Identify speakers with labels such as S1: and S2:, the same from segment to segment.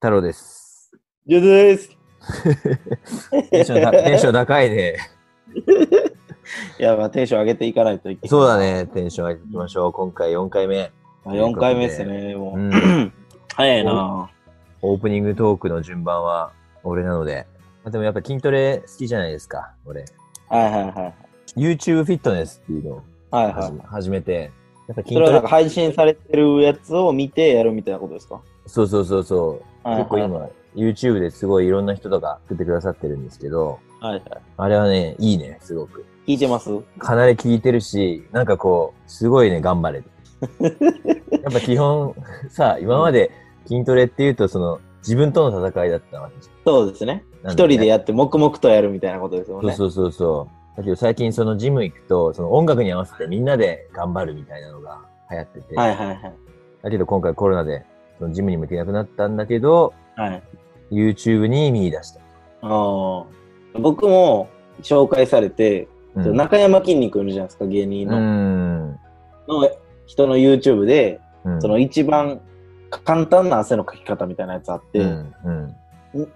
S1: 太郎です。
S2: 上手です。
S1: テンション だテンション高いね。
S2: いや、まあ、テンション上げていかないといけない。
S1: そうだね。テンション上げていきましょう。今回4回目。
S2: まあ、4回目ですね、も
S1: う
S2: う。
S1: ん、
S2: 早いな
S1: オープニングトークの順番は俺なので。まあでもやっぱ筋トレ好きじゃないですか、俺。
S2: ぁはいはいはい。
S1: YouTube フィットネスっていうのを
S2: はいは
S1: 始め,、
S2: い。
S1: て。やっぱ筋
S2: それは
S1: ト
S2: な
S1: レ
S2: んか配信されてるやつを見てやるみたいなことですか
S1: そうそうそうそう。
S2: はいはい
S1: 結構今、YouTube ですごいいろんな人とか作ってくださってるんですけど、
S2: はいはい。
S1: あれはね、いいね、すごく。
S2: 聞いてます
S1: かなり効いてるし、なんかこう、すごいね、頑張れ る。やっぱ基本、さ、今まで筋トレっていうと、その、自分との戦いだったわけじ
S2: そうですね。
S1: ゃん。
S2: 一人
S1: や
S2: でやって黙々とやるみたいなことですよ
S1: そう
S2: ね。
S1: そうそうそう。だけど最近そのジム行くと、その音楽に合わせてみんなで頑張るみたいなのが流行ってて。
S2: はいはいはい。
S1: だけど今回コロナで、そのジムにも行けなくなったんだけど、
S2: はい。
S1: YouTube に見出した。
S2: あー僕も紹介されて、
S1: うん。
S2: 中山きんに君いるじゃないですか、芸人
S1: う
S2: の。
S1: ん。
S2: の人の YouTube で、
S1: うん
S2: その一番簡単な汗のかき方みたいなやつあって、
S1: うんうん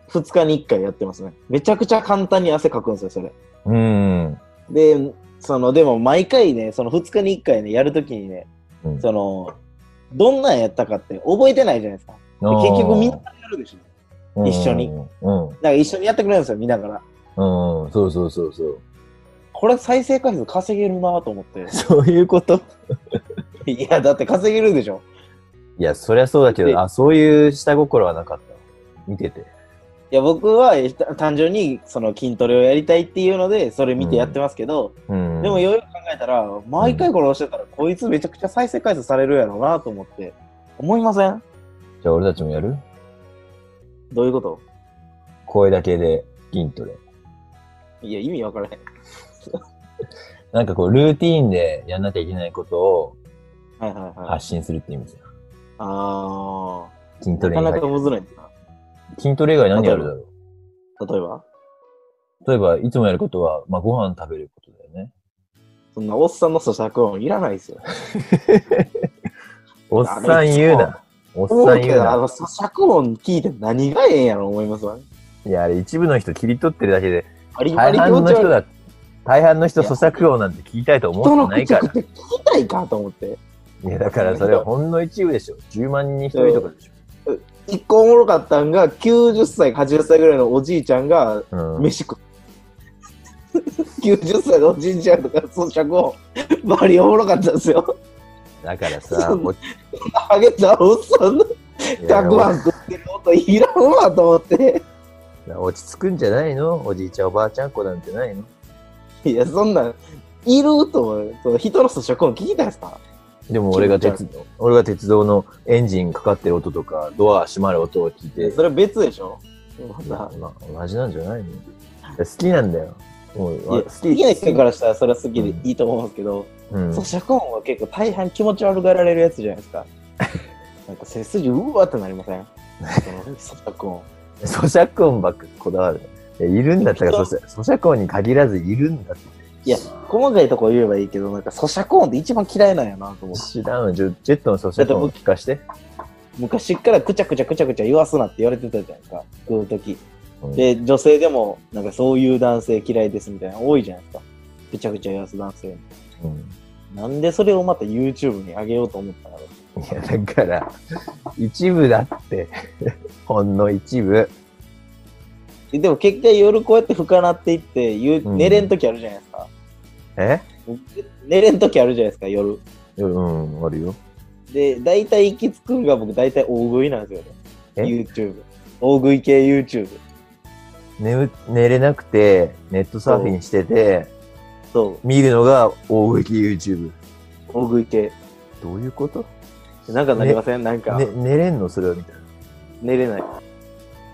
S2: 2日に1回やってますね。めちゃくちゃ簡単に汗かくんですよ、それ。
S1: うん。
S2: で、その、でも毎回ね、その2日に1回ね、やるときにね、
S1: うん
S2: その、どんなんやったかって覚えてないじゃないですか。で結局みんなでやるでしょ。
S1: うん
S2: 一緒に。
S1: うん。うん
S2: だから一緒にやってくれるんですよ、見ながら。。
S1: そうそうそう そう。
S2: これ再生回数稼げるなと思って。
S1: そういうこと
S2: いや、だって稼げるでしょ。
S1: いや、そりゃそうだけ
S2: で
S1: ど、あ、そういう下心はなかったわ。見てて。
S2: いや、僕はえた単純にその筋トレをやりたいっていうので、それ見てやってますけど、
S1: うん。
S2: でもよく考えたら、毎回これ押してたら、こいつめちゃくちゃ再生回数されるやろうなと思って、思いません
S1: じゃあ俺たちもやる
S2: どういうこと
S1: 声だけで筋トレ。
S2: いや、意味わからへん。
S1: なんかこう、ルーティーンでやんなきゃいけないことを
S2: はいはいはい。
S1: 発信するって意味ですよ。
S2: あ
S1: 筋ト
S2: ー、
S1: レ
S2: なか
S1: に限
S2: なか
S1: る
S2: むずないんだな。
S1: 筋トレ以外何やるだろう
S2: 例えば
S1: 例えば、いつもやることは、まあ、ご飯食べることだよね。
S2: そんなおっさんの咀嚼音いらないですよ。
S1: おっさん言うな。おっ
S2: 思
S1: さ
S2: うんけ
S1: 言う
S2: ど、あ
S1: な。
S2: の咀嚼音聞いて何がええんやろ思いますわね。
S1: いや、あれ一部の人切り取ってるだけで、
S2: ありあ
S1: 大
S2: り気
S1: 半
S2: 持
S1: の
S2: ち
S1: 人
S2: 悪い。
S1: だ。大半の人咀嚼音なんて聞きたいと
S2: 人
S1: 思
S2: の
S1: ってない
S2: 口
S1: か
S2: 食
S1: ら。
S2: って聞きたいかと思って。
S1: いや、だからそれはほんの一部でしょ。10万人に1人とかでし
S2: 一個おもろかったんが、90歳、80歳ぐらいのおじいちゃんが、
S1: ょ。うん。
S2: 飯食う。90歳のおじいちゃんとか咀嚼音、バリおもろかったんですよ。
S1: だからさ、
S2: そんな
S1: お
S2: あげたおっさんの
S1: い
S2: た
S1: や
S2: くあん食ってる音いらんわと思って。
S1: 落ち着くんじゃないのおじいちゃんおばあちゃん子なんてないの
S2: いや、そんなん、いると思う。その人の咀嚼音聞きたいですか
S1: でも俺が鉄道、俺が鉄道のエンジンかかってる音とか、ドア閉まる音を聞いて、
S2: それ別でしょそんな
S1: まあ同じなんじゃないのいや好きなんだよ。もう
S2: いや
S1: 好き
S2: 好きな人からしたらそれは好きでいいと思うんですけど、
S1: うん
S2: 咀嚼音は結構大半気持ち悪がられるやつじゃないですか。なんか背筋うわってなり ませんその咀嚼音。
S1: 咀嚼音ばっかこだわる。いやいるんだったら咀嚼咀嚼音に限らずいるんだって。
S2: いや、細かいとこ言えばいいけど、なんか咀嚼音って一番嫌いなんやなと思って。
S1: 知らんわジェジェットの咀嚼音を聞かして。
S2: 昔っからくちゃくちゃくちゃくちゃ言わすなって言われてたじゃないですか、食うとき。
S1: うん
S2: で、女性でも、なんかそういう男性嫌いですみたいなの多いじゃないですか。くちゃくちゃ言わす男性。
S1: うん
S2: なんでそれをまた YouTube に上げようと思ったの
S1: いや、だから、一部だって。 ほんの一部。
S2: えでも結果夜こうやって深なっていって、ゆ
S1: うん
S2: 寝れんときあるじゃないですか。
S1: え
S2: 寝れんときあるじゃないですか、夜。
S1: うん、あるよ。
S2: で、大体行き着くんが僕大体大食いなんですよね。
S1: え
S2: YouTube。大食い系 YouTube。
S1: 眠寝れなくて、ネットサーフィンしてて、
S2: そう。
S1: 見るのが大食い YouTube。
S2: 大食い系。
S1: どういうこと、
S2: なんかなりません、なんか
S1: ね、寝れんのそれを見たら。
S2: 寝れない。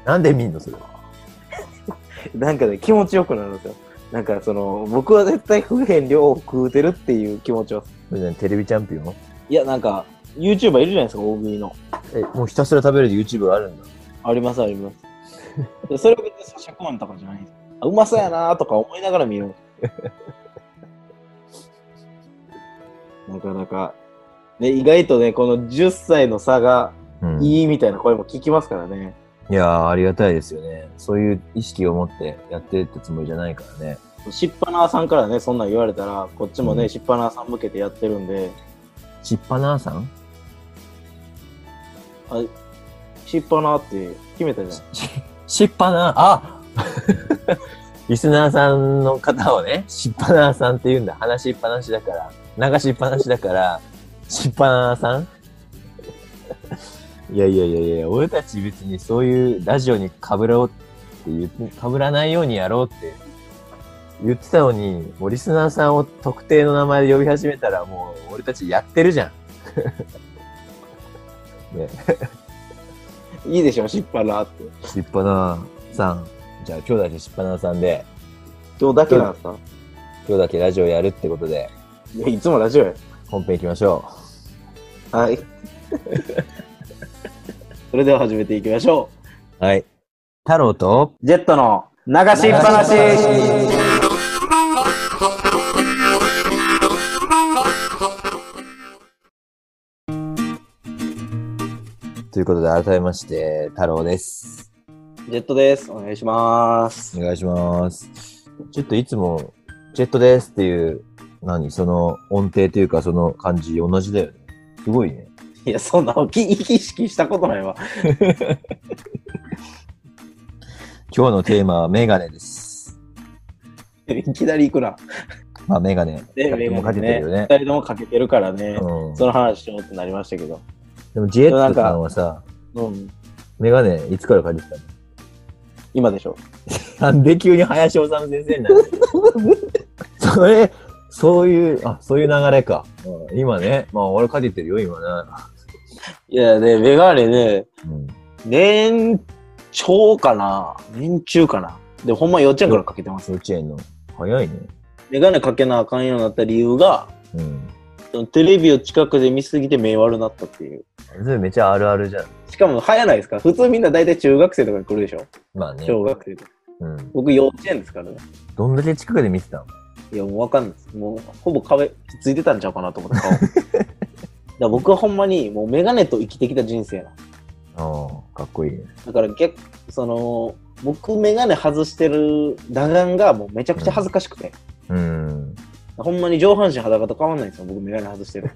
S1: なんで見んのそれ
S2: なんかね、気持ちよくなるんですよ。なんかその、僕は絶対不変量を食うてるっていう気持ちは。
S1: は。テレビチャンピオン
S2: いや、なんか、YouTuber いるじゃないですか、大食いの。
S1: え、もうひたすら食べる YouTube あるんだ。
S2: あります、あ ります。それは別に咀嚼音とかじゃないんですあうまそうやなとか思いながら 見る。なかなか、ね、意外とね、この10歳の差が
S1: うん、
S2: いいみたいな声も聞きますからね。
S1: いやー、ありがたいですよね。そういう意識を持ってやってってつもりじゃないからね。
S2: しっぱなさんからね、そんなん言われたら、こっちもね、
S1: うん
S2: しっぱなさん向けてやってるんで、
S1: しっぱなーさん
S2: あ、しっぱなって決めたじゃん。
S1: しっぱなー、あリスナーさんの方をね、しっぱなーさんって言うんだ。話しっぱなしだから。流しっぱなしだから、しっぱなーさん いやいやいやいや、俺たち別にそういうラジオに被ろうって言って、被らないようにやろうって言ってたのに、もうリスナーさんを特定の名前で呼び始めたら、もう俺たちやってるじゃん。ね
S2: いいでしょ、しっぱなって。
S1: しっぱなさん。じゃあ今日だけしっぱなさんで、
S2: 今日だけなんですか
S1: 今日だけラジオやるってことで、
S2: いや、いつもラジオや。
S1: 本編行きましょ
S2: はい。 それでは始めていきましょ
S1: う。はい。太郎と、
S2: う。ジェットの流しっぱなし。
S1: ということで改めまして、太郎です。
S2: ジェットです。お願いします。
S1: お願いします。ちょっといつも、ジェットですっていう、何その音程というかその感じ同じだよね。すごいね。
S2: いや、そんな大きい意識したことないわ。
S1: 今日のテーマはメガネです。
S2: いきなり行くな。
S1: まあメガネ、
S2: で、
S1: 二人ともかけてるよね
S2: 二。人ともかけてるからね。
S1: うん、
S2: その話しようってなりましたけど。
S1: でもジェットさんはさ、
S2: うん。
S1: メガネいつからかけてたの
S2: 今でしょ。
S1: なんで急に林修先生になる のそれ、そういう、あ、そういう流れか。うん今ね、まあ俺かけてるよ、今な。
S2: いや、ね、メガネね、
S1: うん、
S2: 年長かな年中かなで、ほんま幼稚園からかけてます。
S1: 幼稚園の。早いね。
S2: メガネかけなあかんようになった理由が、
S1: うん。
S2: テレビを近くで見すぎて目悪なったっていう。
S1: それめっちゃあるあるじゃん。
S2: しかも、早ないですか普通みんな大体中学生とかに来るでしょ
S1: まあね。
S2: 小学生とか。
S1: うん。
S2: 僕、幼稚園ですからね。
S1: どんだけ近くで見てたの
S2: いや、もうわかんないです。もう、ほぼ壁、ついてたんちゃうかなと思 って顔。だから僕はほんまに、もうメガネと生きてきた人生なの
S1: ああ、かっこいいね。
S2: だから逆、その、僕メガネ外してる打眼がもうめちゃくちゃ恥ずかしくて、
S1: うん。
S2: ほんまに上半身裸と変わんないんですよ、僕メガネ外してる。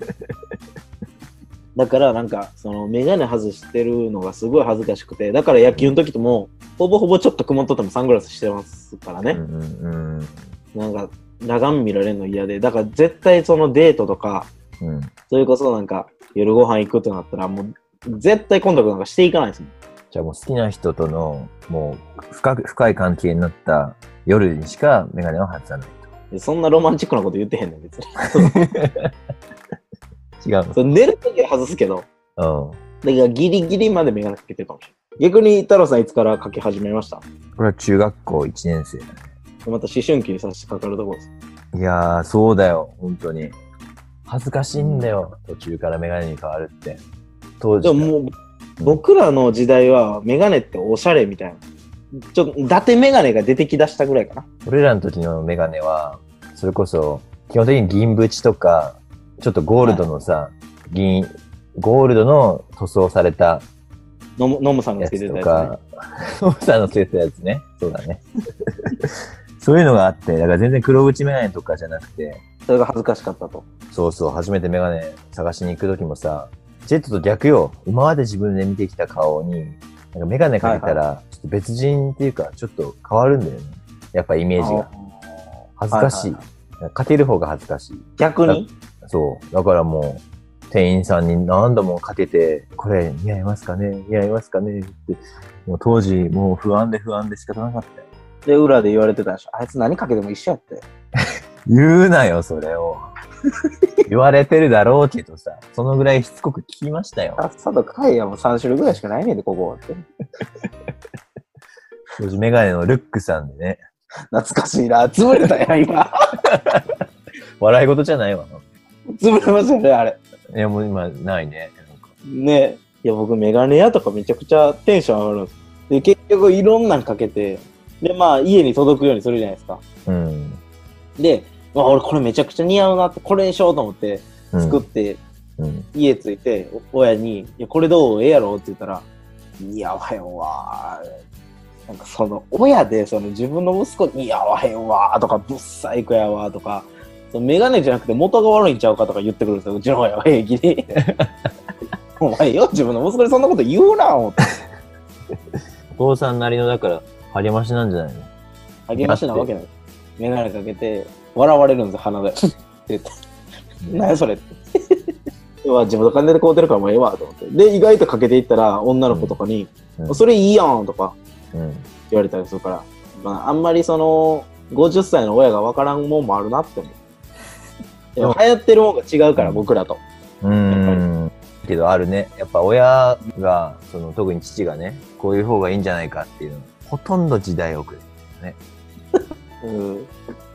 S2: だからなんか、そのメガネ外してるのがすごい恥ずかしくて、だから野球の時とも、ほぼほぼちょっと曇っとってもサングラスしてますから
S1: う
S2: ね。
S1: んうんうん。
S2: なんか、打眼見られるの嫌で、だから絶対そのデートとか、
S1: うん。
S2: それこそなんか、夜ご飯行くとなったら、もう絶対コンタクトなんかしていかないんですよ。
S1: じゃあもう好きな人との、もう深く、深い関係になった夜にしかメガネを外さない
S2: でそんなロマンチックなこと言ってへんねん、別に。
S1: と。違う
S2: それ寝るときは外すけど、
S1: の。うん。
S2: だからギリギリまでメガネかけてるかもしれない。逆に太郎さんいつからかけ始めました
S1: これは中学校1年生だね。
S2: また思春期に差し掛かるところです。
S1: いやー、そうだよ、本当に。恥ずかしいんだよ、途中からメガネに変わるって。当時
S2: で
S1: ね。
S2: ももう、僕らの時代はメガネっておしゃれみたいな。ちょっと、伊達メガネが出てきだしたぐらいかな。
S1: 俺らの時のメガネは、それこそ、基本的に銀縁とか、ちょっとゴールドのさ、銀、ゴールドの塗装された
S2: ノムノムさんが
S1: や
S2: つけ
S1: つ
S2: てた
S1: と
S2: やつ、ね。
S1: か、ソム さんのついてたやつね。そうだね。 そういうのがあって、だから全然黒縁メガネとかじゃなくて、
S2: それが恥ずかしかったと。
S1: そうそう、初めてメガネ探しに行く時もさ、ジェットと逆よ。今まで自分で見てきた顔に、なんかメガネかけたら、ちょっと別人っていうか、ちょっと変わるんだよね。やっぱイメージが。恥ずかしい。
S2: はい
S1: かける方が恥ずかしい。
S2: 逆に
S1: そう。だからもう、店員さんに何度もかけて、これ似合いますかね似合いますかねって、もう当時、もう不安で不安で仕方なかったよ。
S2: で、裏で言われてたでしょ。あいつ何かけても一緒やって。
S1: 言うなよ、それ を。言われてるだろうけどさ、そのぐらいしつこく聞きましたよ。
S2: あっさとかいやもう3種類ぐらいしかないねんで、ここって。
S1: 当時メガネのルックさんでね、
S2: 懐かしいな。潰れたやん、今。
S1: 笑い事じゃないわな。
S2: 潰れましたよね、あれ。
S1: いや、もう今、ないね。なんか
S2: ねいや僕メガネ屋とかめちゃくちゃテンション上がるんですで結局いろんなんかけてでまあ家に届くようにするじゃないですか
S1: うん。
S2: で、まあ、俺これめちゃくちゃ似合うなってこれにしようと思って
S1: うん
S2: 作って
S1: うん。
S2: 家着いてお親に「いやこれどうええやろ?」って言ったら似合わへんわーなんかその親でその自分の息子に似合わへんわーとかぶっさい子やわーとかその眼鏡じゃなくて元が悪いんちゃうかとか言ってくるんですようちの親は 平気にお前よ自分の息子にそんなこと言うな思って
S1: お父さんなりの、だから、励ましなんじゃないの
S2: 励ましなわけない眼鏡かけて笑われるんですよ鼻 でって言って何やそれってうわ自分の金で買うてるからもうええわと思ってで意外とかけていったら女の子とかに「
S1: うん
S2: それいいやん」とか
S1: うん。
S2: 言われたりするから、まあ、あんまりその50歳の親が分からんもんもあるなって思う。でも流行ってるもんが違うから、
S1: うん
S2: 僕らと。
S1: うーん。けどあるね。やっぱ親が、その特に父がね、こういう方がいいんじゃないかっていうの。ほとんど時代遅れ。
S2: うん、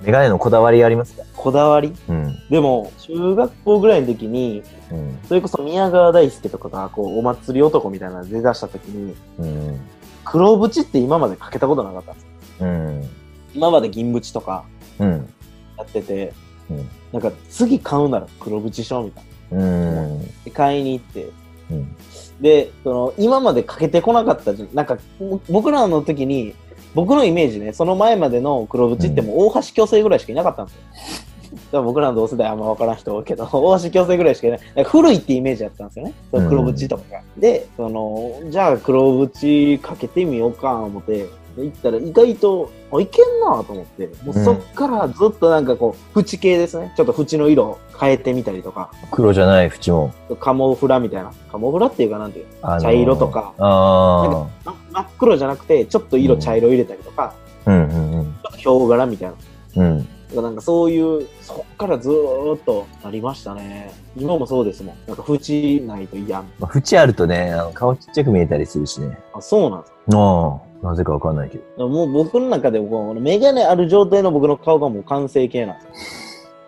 S1: メガネのこだわりありますか
S2: こだわり
S1: うん。
S2: でも、中学校ぐらいの時に、
S1: うん。
S2: それこそ宮川大輔とかが、こう、お祭り男みたいなの出だした時に、
S1: うん。
S2: 黒縁って今までかけたことなかったんですよ
S1: うん。
S2: 今まで銀縁とか
S1: うん。
S2: やってて、
S1: うん
S2: なんか次買うなら黒縁しようみたいな。
S1: うん。
S2: で買いに行って、
S1: うん。
S2: で、その、今までかけてこなかったじゃん。なんか、ぼ僕らの時に、僕のイメージね、その前までの黒縁ってもう大橋巨星ぐらいしかいなかったんですよ。だから僕らの同世代あんま分からん人多いけど、 大橋巨星ぐらいしかいない。なんか古いってイメージだったんですよね。その黒縁とかが。で、その、じゃあ黒縁かけてみようか、思って。で行ったら意外と、あ、いけんなと思って。もうそっからずっとなんかこう、縁系ですね。ちょっと縁の色を変えてみたりとか、
S1: 黒じゃない縁も。
S2: カモフラみたいな。カモフラっていうかなんていうの
S1: あのー
S2: 茶色とか
S1: あ
S2: ま真っ黒じゃなくて、ちょっと色茶色入れたりとか、
S1: あ。うんうんうん。
S2: ちょっとヒョウ柄みたいな。だ
S1: うん。
S2: からなんかそういう、そっからずーっとなりましたね。今もそうですもん。なんか縁ないと嫌。
S1: まあ、縁あるとね、あの顔ちっちゃく見えたりするしね。
S2: あ、そうなんですか。
S1: ああ。なぜかわかんないけど。
S2: でももう僕の中でも、このメガネある状態の僕の顔がもう完成形なんですよ。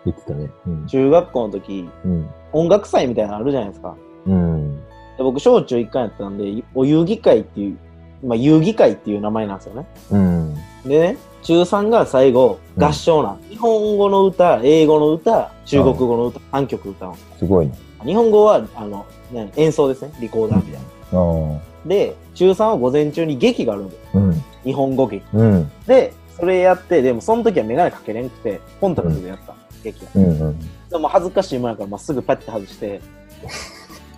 S1: 言ってたね。うん。
S2: 中学校の時、
S1: うん。
S2: 音楽祭みたいなのあるじゃないですか。
S1: うん。
S2: で僕、小中一回やったんで、お遊戯会っていう、まあ遊戯会っていう名前なんですよね。
S1: うん。
S2: でね、中3が最後、
S1: うん
S2: 合唱なんです、日本語の歌、英語の歌、中国語の歌、3曲歌うんです
S1: すごいね。
S2: 日本語はあの、ね、演奏ですね、リコーダーみたいな。
S1: ああ。
S2: で、中3は午前中に劇があるんですよ
S1: うん。
S2: 日本語劇。
S1: うん。
S2: で、それやって、でもその時はメガネかけれんくて、コンタクトでやった、劇は。
S1: うんうん。
S2: でも恥ずかしいもんやから、まあ、すぐパッて外して。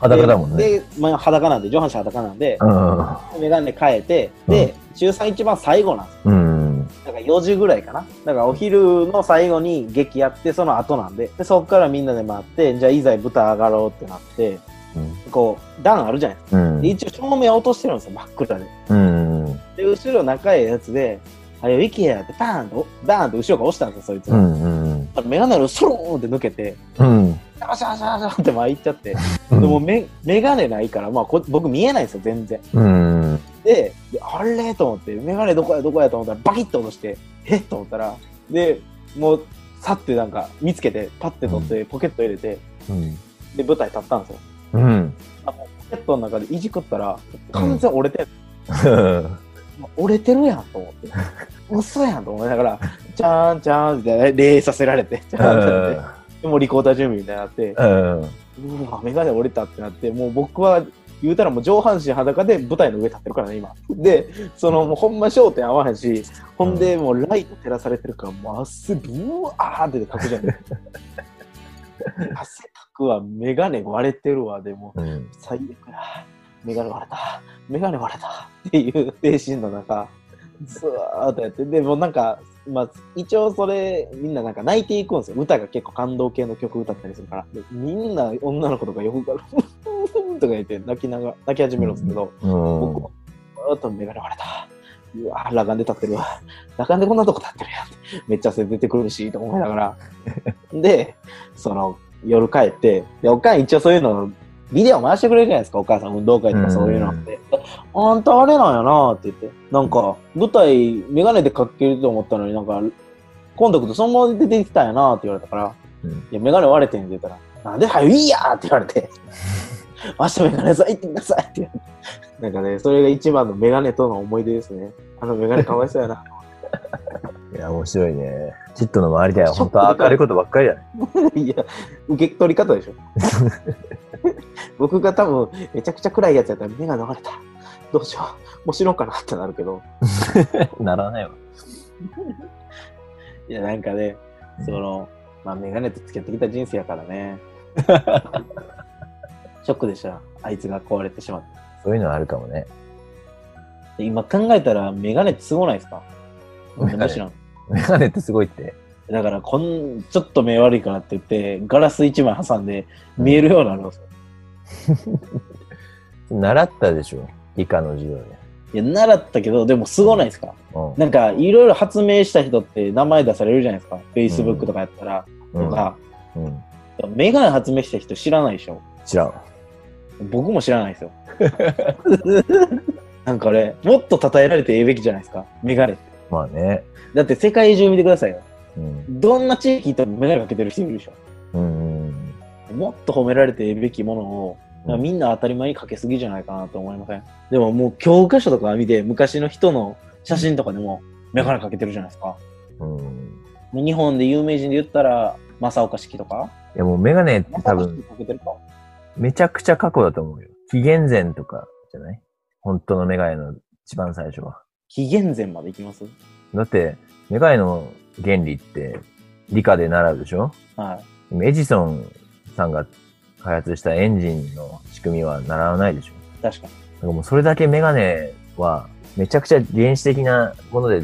S1: 裸だもんね。
S2: で、でまあ、裸なんで、上半身裸なんで
S1: う、ん。
S2: メガネ変えて、で、中3一番最後なんですよ。
S1: うん。
S2: だから4時ぐらいかな。だからお昼の最後に劇やって、その後なんで。で、そっからみんなで回って、じゃあいざ舞台上がろうってなって、こう、段あるじゃないですか
S1: うん。
S2: で一応照明は落としてるんですよ、真っ暗で。
S1: うん。
S2: で、後ろ仲ええやつで、あれ、ウィキやって、パーンと、ダーンと後ろから落ちたんですよ、そいつ
S1: う
S2: が。
S1: ん。うん。
S2: メガネをそろーンって抜けて、
S1: うん。
S2: シャーシャーシャーシャーって前行っちゃって、でもうメメガネないから、まあこ僕見えないんですよ、全然。
S1: うん。
S2: で、であれと思って、メガネどこやどこやと思ったら、バキッと落として、えっと思ったら、で、もう、さってなんか見つけて、パッて取って、ポケット入れて、
S1: うん。
S2: で、舞台立ったんですよ。
S1: うん。
S2: ポケットの中でいじくったら、完全折れて
S1: う
S2: 折れてるやんと思 って、嘘やんと思いながら、ちゃーんちゃーんみたいな、礼させられて、ちゃーんちゃーんって、でもうリコーダー準備みたいになって、
S1: ん。
S2: うわ、メガネ折れたってなって、もう僕は言うたらもう上半身裸で舞台の上立ってるからね、今。で、そのもうほんま焦点合わへんし、ほんでもうライト照らされてるから、もう汗、ブワーってかくじゃない。汗かくわ、メガネ割れてるわ、でも。
S1: うん。
S2: 最悪や。メガネ割れた。メガネ割れた。っていう精神の中、ずーっとやって。でもうなんか、まあ、一応それ、みんななんか泣いていくんですよ。歌が結構感動系の曲歌ったりするから。でみんな女の子とか横から、ふんふんとか言って泣きながら、泣き始めるんですけど、僕も、ずーっとメガネ割れた。うわ裸眼で立ってるわ。裸眼でこんなとこ立ってるやん。めっちゃ汗出てくるし、と思いながら。で、その、夜帰って、で、おかん一応そういうの、ビデオ回してくれるじゃないですか、お母さん運動会とかそういうのって。あんたあれなんやなって言って。なんか、舞台、メガネでかけると思ったのになんか、今度とそのまま出てきたんやなって言われたから、
S1: うん
S2: いや、メガネ割れてんって言ったら、なんで早いいやーって言われて、明日メガネ屋さん行ってくださいって言われて。なんかね、それが一番のメガネとの思い出ですね。あのメガネかわいそうやな。
S1: いや、面白いね。チットの周りだよ。本当明るいことばっかりだね。
S2: いや、受け取り 方でしょ。僕が多分、めちゃくちゃ暗いやつやったら目が流れた。どうしよう、もう死のうかなってなるけど、
S1: ならないわ。
S2: いや、なんかね、その、まあ、メガネと付き合ってきた人生やから ね。ショックでした。あいつが壊れてしまって。
S1: そういうのはあるかもね。
S2: で今考えたら、メガネってすごないですか
S1: メガネ
S2: むしろ。
S1: メガネってすごいって。
S2: だから、こん、ちょっと目悪いからって言って、ガラス一枚挟んで、見えるようになるんですよ。
S1: 習ったでしょ理科の授業で。
S2: いや、習ったけど、でもすごないですか
S1: うん
S2: なんか、いろいろ発明した人って名前出されるじゃないですか。Facebook とかやったら、
S1: うん
S2: とか、
S1: うん。
S2: メガネ発明した人知らないでしょ
S1: 知らん。
S2: 僕も知らない ですよ。なんかあれ、もっと称えられていいべきじゃないですか、メガネって。
S1: まあね。
S2: だって世界中見てくださいよ。
S1: うん。
S2: どんな地域行ってもメガネかけてる人いるでし
S1: うん。
S2: ょ。もっと褒められていいべきものを、
S1: うん
S2: みんな当たり前にかけすぎじゃないかなと思いませんでももう教科書とか見て、昔の人の写真とかでもメガネかけてるじゃないですか。
S1: うん。
S2: もう日本で有名人で言ったら、正岡式とか
S1: いやもうメガネって多
S2: 正岡
S1: 分
S2: 式かけてるか。
S1: めちゃくちゃ過去だと思うよ。紀元前とかじゃない本当のメガネの一番最初は。
S2: 紀元前まで行きます
S1: だって、メガネの原理って理科で習うでしょ
S2: はい。
S1: でもエジソンさんが開発したエンジンの仕組みは習わないでしょ
S2: 確かに。
S1: だからもうそれだけメガネはめちゃくちゃ原始的なもので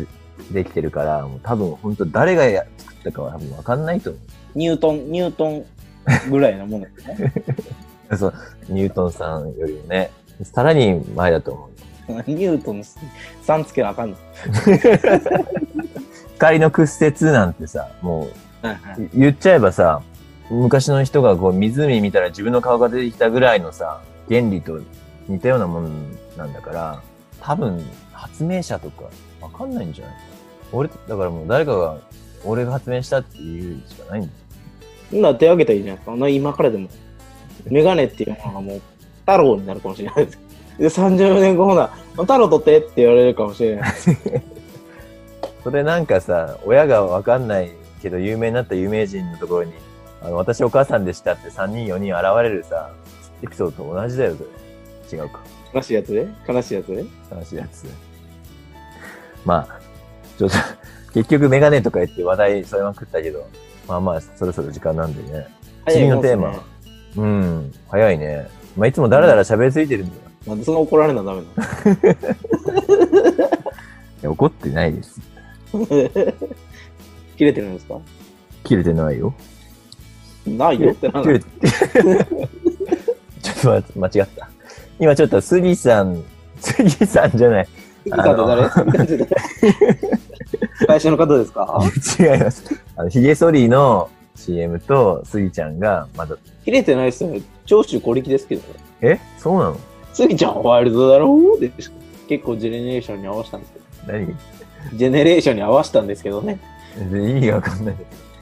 S1: できてるから、もう多分本当誰がや作ったかは多分わかんないと思
S2: ニュートン、ニュートンぐらいのも のですね。
S1: う。 そう、ニュートンさんよりもね、さらに前だと思うよ。
S2: ニュートンのさんつけなあかんの。
S1: 光の屈折なんてさ、もう
S2: はいはい。
S1: 言っちゃえばさ昔の人がこう湖見たら自分の顔が出てきたぐらいのさ原理と似たようなもんなんだから多分発明者とかわかんないんじゃない俺だからもう誰かが俺が発明したっていうしかないんだよ
S2: 今手を挙げたらいいじゃないですか。な今からでも。メガネっていうものがもう、太郎になるかもしれないです。で、30年後ほな、太郎取ってって言われるかもしれない。
S1: それなんかさ親がわかんないけど有名になった有名人のところにあの私お母さんでしたって3人4人現れるさエピソードと同じだよそれ違うか
S2: 悲しいやつで悲しいやつで
S1: 悲しいやつ。まあ、ちょっと、 結局メガネとか言って話題それまくったけど、まあまあ、そろそろ時間なんでね。次のテーマ
S2: 早いもんです
S1: うん、早いね。まあ、いつもだらだら喋りすぎてるんだよ。
S2: ねなんでそんな怒られなダメなの
S1: いや怒ってないです。
S2: 切れてるんですか
S1: 切れてないよ。
S2: ないよってなん
S1: 切
S2: だ
S1: れて ちょっと待って間違った。今ちょっと杉さん、杉さんじゃない。
S2: ピカと誰最初の方ですか
S1: 違います。あの、ヒゲ剃りの CM と杉ちゃんがまだ、
S2: 切れてないですよね。長州小力ですけどね。
S1: えそうなの
S2: スギちゃんワイルドだろうで結構ジェネレーションに合わせたんですけ
S1: 何
S2: ど。ジェネレーションに合わせたんですけどね。
S1: 全然意味がわかんない。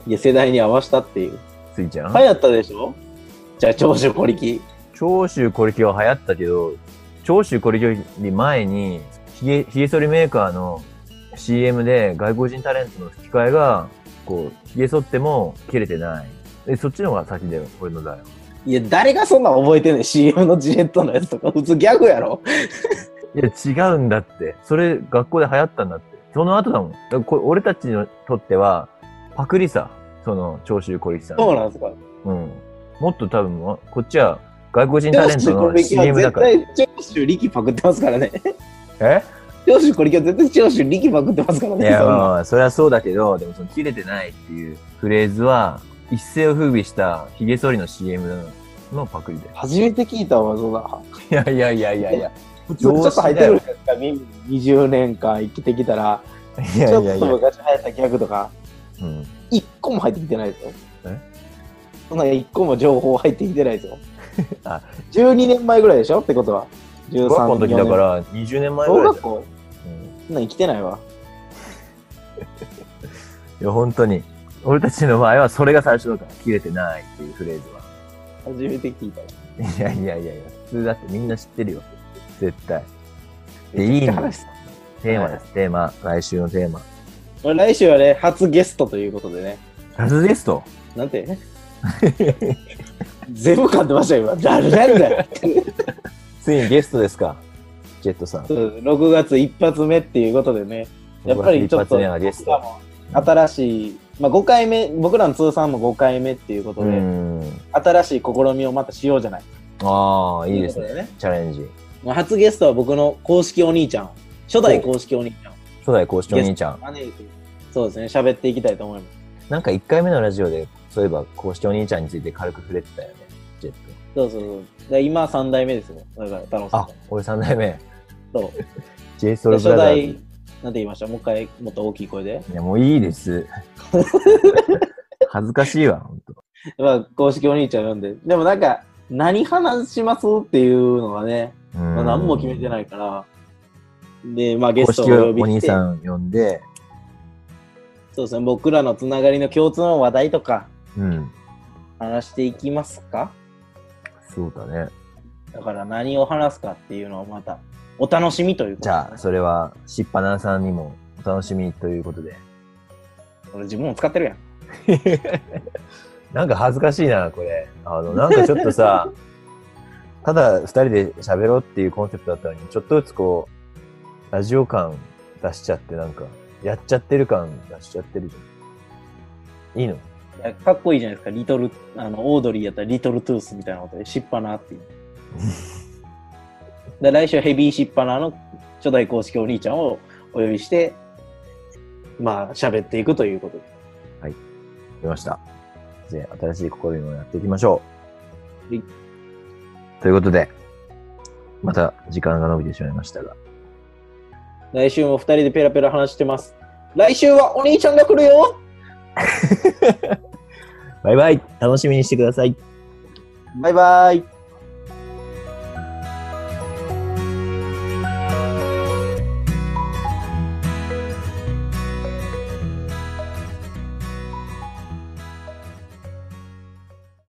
S2: いや、世代に合わせたっていう。
S1: 杉ちゃん
S2: 流行ったでしょじゃあ、長寿小力。
S1: 長州小力は流行ったけど、長州小力より前に、ひげ、ひげ剃りメーカーの CM で外国人タレントの吹き替えが、こう、ひげ剃っても切れてない。え、そっちの方が先だよ、俺のだよ。
S2: いや、誰がそんなん覚えてんねん。CM のジレットのやつとか、普通ギャグやろ。
S1: いや、違うんだって。それ、学校で流行ったんだって。その後だもん。だからこ俺たちにとっては、パクリさ。その、長州小力さん。
S2: そうなんですか。
S1: うん。もっと多分、こっちは、外国人タレ
S2: 長
S1: ン
S2: 州
S1: トの
S2: 小力は
S1: CM だ
S2: 絶
S1: から。
S2: 対、長州力パクってますからね。
S1: え
S2: 長州小力は絶対長州力パクってますから
S1: い
S2: ね。
S1: や、
S2: そん
S1: まあ
S2: な
S1: ま あ、それはそうだけど、でもその、切れてないっていうフレーズは、一世を風靡したヒゲ剃りの CM のパクリだよ。
S2: 初めて聞いたわ、そんな。
S1: いやいやいやいやいや。
S2: 普通ちょっと入ってるんですか耳に20年間生きてきたら、
S1: いや
S2: ちょ
S1: いや
S2: っ
S1: い
S2: と
S1: や。
S2: 昔流行ったギャグとか。
S1: うん。
S2: 一個も入ってきてないですよ。
S1: え。
S2: そんな一個も情報入ってきてないですよ
S1: あ
S2: 12年前ぐらいでしょってことは。
S1: 小学校
S2: 13
S1: の時
S2: 年
S1: だから、20年前ぐ
S2: 小
S1: らいだ
S2: 学
S1: よ。
S2: 校
S1: うん
S2: そんなん生きてないわ。
S1: いや、本当に。俺たちの場合は、それが最初だから、切れてないっていうフレーズは。
S2: 初めて聞いたわ。
S1: いやいやいやいや、普通だってみんな知ってるよ。絶対。で、いいの
S2: 話した
S1: テーマです、テーマ。来週のテーマ。
S2: これ来週はね、初ゲストということでね。
S1: ラズゲス ト
S2: なんて 全部噛んでましたよ、今。誰なんだよ。
S1: ついにゲストですか。ジェットさん。
S2: そう6月一発目っていうことでね、やっぱりちょっ
S1: 一発
S2: と、
S1: 目はゲスト。
S2: 僕らも新しい、まあ、5回目、僕らの通算も5回目っていうこと
S1: う
S2: で、
S1: ん。
S2: 新しい試みをまたしようじゃない。
S1: ああ、いいです
S2: とう
S1: ね。
S2: ことね。
S1: チャレンジ。
S2: まあ初ゲストは僕の公式お兄ちゃん、初代公式お兄ちゃんを
S1: 初代公式お兄ちゃん。
S2: 招いて、そうですね、喋っていきたいと思います。
S1: なんか1回目のラジオで、そういえば公式お兄ちゃんについて軽く触れてたよね、ジェット。
S2: そうそうそう。で今3代目ですよ。だから、太郎さん
S1: あ。、俺3代目。
S2: そう。
S1: j ソ u l
S2: 初
S1: b r o t
S2: 代、なんて言いましたもう一回、もっと大きい声で。
S1: いや、もういいです。 恥ずかしいわ、本当。
S2: まあ、公式お兄ちゃん呼んで。でもなんか、何話しますっていうのがね、まあ、何も決めて
S1: い。
S2: ないから。で、まあ、ゲ
S1: 公
S2: スト
S1: 式
S2: をお
S1: お
S2: 呼び
S1: 兄
S2: して、
S1: さん呼んで、
S2: そうですね、僕らのつながりの共通の話題とか、
S1: うん、
S2: 話していきますか
S1: そうだね。
S2: だから何を話すかっていうのをまた、お楽しみということ
S1: じゃあ、それは、しっぱなさんにもお楽しみということで。
S2: 俺自分も使ってるやん。
S1: なんか恥ずかしいな、これ。あの、なんかちょっとさ、ただ二人で喋ろうっていうコンセプトだったのに、ちょっとずつこう、ラジオ感出しちゃって、なんか、やっちゃってる感出しちゃってるじゃん。いいの
S2: いやかっこいいじゃないですか、リトル、あの、オードリーやったらリトルトゥースみたいなことで、しっぱなっ ていう。で来週ヘビーしっぱなの初代公式お兄ちゃんをお呼びして、まあ、喋っていくということで。
S1: 出ました。で、新しい試みもやっていきましょう。
S2: はい
S1: ということで、また時間が伸びてしまいましたが、
S2: 来週も二人でペラペラ話してます。来週はお兄ちゃんが来るよ
S1: バイバイ楽しみにしてください
S2: バイバイ